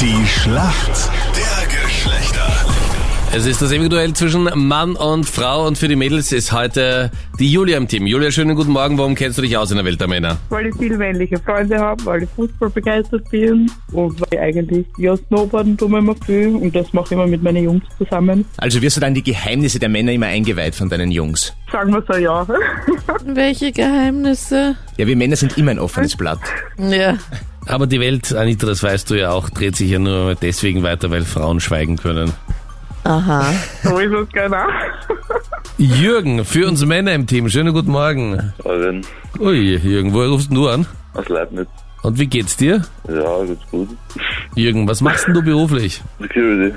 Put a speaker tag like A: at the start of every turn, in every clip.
A: Die Schlacht der Geschlechter.
B: Es ist das ewige Duell zwischen Mann und Frau und für die Mädels ist heute die Julia im Team. Julia, schönen guten Morgen. Warum kennst du dich aus in der Welt der Männer?
C: weil ich viel männliche Freunde habe, weil ich Fußball begeistert bin und weil ich eigentlich ja Snowboarden tun wir immer viel und das mache ich immer mit meinen Jungs zusammen.
D: Also wirst du dann die Geheimnisse der Männer immer eingeweiht von deinen Jungs.
C: Sagen wir so, ja.
E: Welche Geheimnisse?
D: Ja, wir Männer sind immer ein offenes Blatt.
E: Ja.
B: Aber die Welt, Anita, das weißt du ja auch, dreht sich ja nur deswegen weiter, weil Frauen schweigen können.
E: Aha.
C: so ist es genau.
B: Jürgen, für uns Männer im Team, schönen guten Morgen.
F: Euren
B: Ui, Jürgen, woher rufst denn du an?
F: aus Leibniz.
B: Und wie geht's dir?
F: Ja, ganz gut.
B: Jürgen, was machst denn du beruflich?
F: Security.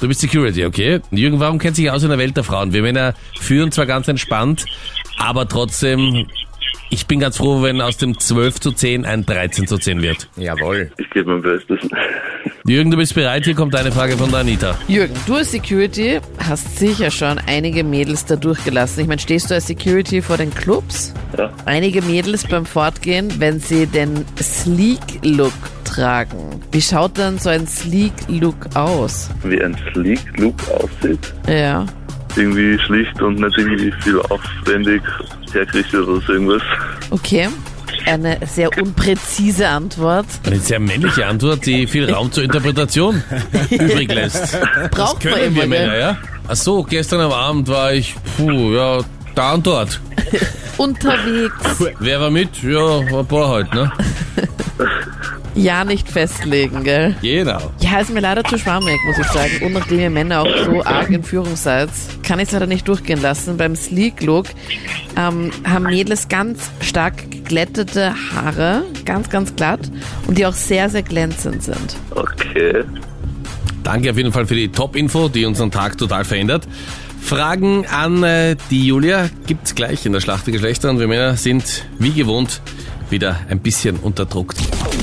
B: Du bist Security, okay? Jürgen, warum kennst du dich aus in der Welt der Frauen? Wir Männer führen zwar ganz entspannt, aber trotzdem, ich bin ganz froh, wenn aus dem 12 zu 10 ein 13 zu 10 wird.
D: Jawohl.
F: Ich gebe mein Bestes.
B: Jürgen, du bist bereit. Hier kommt eine Frage von der Anita.
E: Jürgen, du als Security hast sicher schon einige Mädels da durchgelassen. Ich meine, stehst du als Security vor den Clubs?
F: Ja.
E: Einige Mädels beim Fortgehen, wenn sie den Sleek-Look tragen. Wie schaut dann so ein Sleek-Look aus?
F: Wie ein Sleek Look aussieht.
E: Ja.
F: Irgendwie schlicht und nicht irgendwie viel aufwendig hergerichtet oder so irgendwas.
E: Okay. Eine sehr unpräzise Antwort.
B: Eine sehr männliche Antwort, die viel Raum zur Interpretation übrig lässt.
E: Braucht man
B: Können
E: immer,
B: wir Männer,
E: gell?
B: ja? Ach so, gestern am Abend war ich, puh, ja, da und dort.
E: Unterwegs.
B: Wer war mit? Ja, war ein paar halt, ne?
E: Ja, nicht festlegen, gell?
B: Genau.
E: Ja, ist mir leider zu schwammig, muss ich sagen. Und nachdem ihr Männer auch so arg in Führung seid, kann ich es leider nicht durchgehen lassen. Beim Sleek Look ähm, haben Mädels ganz stark geglättete Haare, ganz, ganz glatt und die auch sehr, sehr glänzend sind.
F: Okay.
B: Danke auf jeden Fall für die Top-Info, die unseren Tag total verändert. Fragen an äh, die Julia gibt's gleich in der Schlacht der Geschlechter und wir Männer sind, wie gewohnt, wieder ein bisschen unter Druck.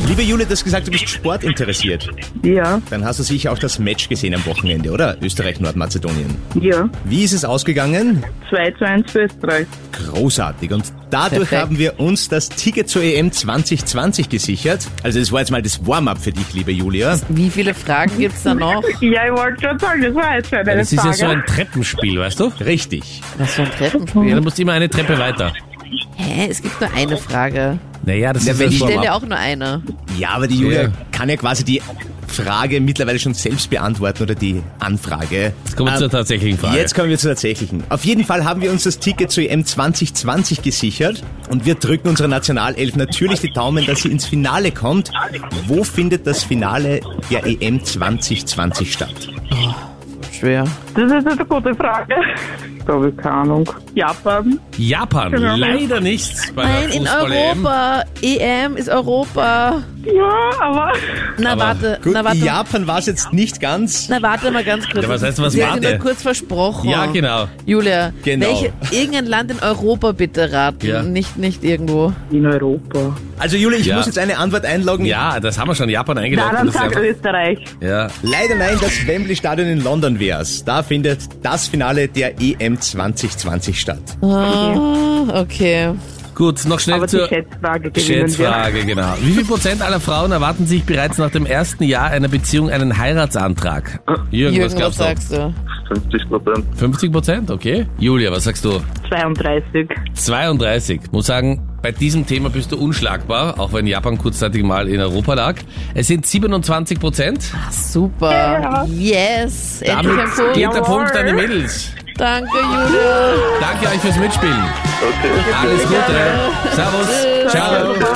D: Liebe Julia, du hast gesagt, du bist sportinteressiert.
C: Ja,
D: Dann hast du sicher auch das Match gesehen am Wochenende, oder? Österreich-Nordmazedonien.
C: ja.
D: Wie ist es ausgegangen?
C: 2 zu 1 für Österreich.
D: Großartig. Und dadurch
E: Perfekt.
D: haben wir uns das Ticket zur E EM 2020 gesichert. Also das war jetzt mal das Warm-up für dich, liebe Julia.
E: Wie viele Fragen gibt's da noch?
C: Ja, ich wollte schon sagen, das war jetzt schon eine
B: Das ist
C: Frage.
B: ja so ein Treppenspiel, weißt du?
D: Richtig.
E: Was für ein
B: Ja,
E: Treppenspiel.
B: du musst immer eine Treppe weiter.
E: Hä, es gibt nur eine Frage.
B: Naja, das
D: Na,
B: ist
D: wenn
B: das
D: ich
E: Ich
D: Warm-up.
E: stelle auch nur eine.
D: Ja, aber die Julia
B: Ja.
D: kann ja quasi die Frage mittlerweile schon selbst beantworten oder die Anfrage.
B: Jetzt kommen wir
D: Ähm,
B: zur tatsächlichen Frage.
D: Jetzt kommen wir zur tatsächlichen. Auf jeden Fall haben wir uns das Ticket zur EM 2020 gesichert und wir drücken unserer Nationalelf natürlich die Daumen, dass sie ins Finale kommt. Wo findet das Finale der E EM 2020 statt?
E: Schwer.
C: das ist jetzt eine gute Frage. Da habe ich keine Ahnung. Japan.
B: Japan,
C: Genau.
B: leider nicht bei
E: Nein,
B: der
E: in
B: Fußball-EM.
E: Europa. EM ist Europa.
C: Ja, aber
E: Na
B: Aber
E: warte,
D: Gut,
E: na warte.
D: Japan war es jetzt nicht ganz.
E: Na, warte mal ganz kurz.
B: Ja, was heißt, was
E: Wir
B: warte?
E: sind nur kurz versprochen.
B: Ja, genau.
E: Julia,
D: Genau.
E: Welche, irgendein Land in Europa bitte raten,
B: Ja.
E: nicht, nicht irgendwo.
C: in Europa.
D: Also Julia, ich
B: Ja.
D: muss jetzt eine Antwort einloggen.
B: Ja, das haben wir schon, Japan
C: Na,
B: eingeloggt.
C: dann
B: Das ist
C: sag
B: einfach-
C: Österreich.
B: ja.
D: Leider nein, das Wembley Stadion in London wär's. Da findet das Finale der E EM 2020 statt.
E: Ah, okay.
B: Gut, noch schnell
C: Aber die
B: zur
C: Schätzfrage gewinnen
B: Also, Schätzfrage, genau. Wie viel Prozent aller Frauen erwarten sich bereits nach dem ersten Jahr einer Beziehung einen Heiratsantrag? Jürgen, was
E: Jürgen, was
B: glaubst du?
E: sagst du?
F: 50 Prozent.
B: 50 Prozent, okay. Julia, was sagst du?
C: wir. 32.
B: 32. Muss sagen, bei diesem Thema bist du unschlagbar, auch wenn Japan kurzzeitig mal in Europa lag. Es sind 27 Prozent.
E: Super. Yes.
B: Damit
E: Endlich ein Punkt.
B: geht der Punkt an die
C: Jawohl.
B: Mädels.
E: Danke, Julia.
B: Danke euch fürs Mitspielen.
F: Okay.
B: Alles Gute. Servus. Ciao.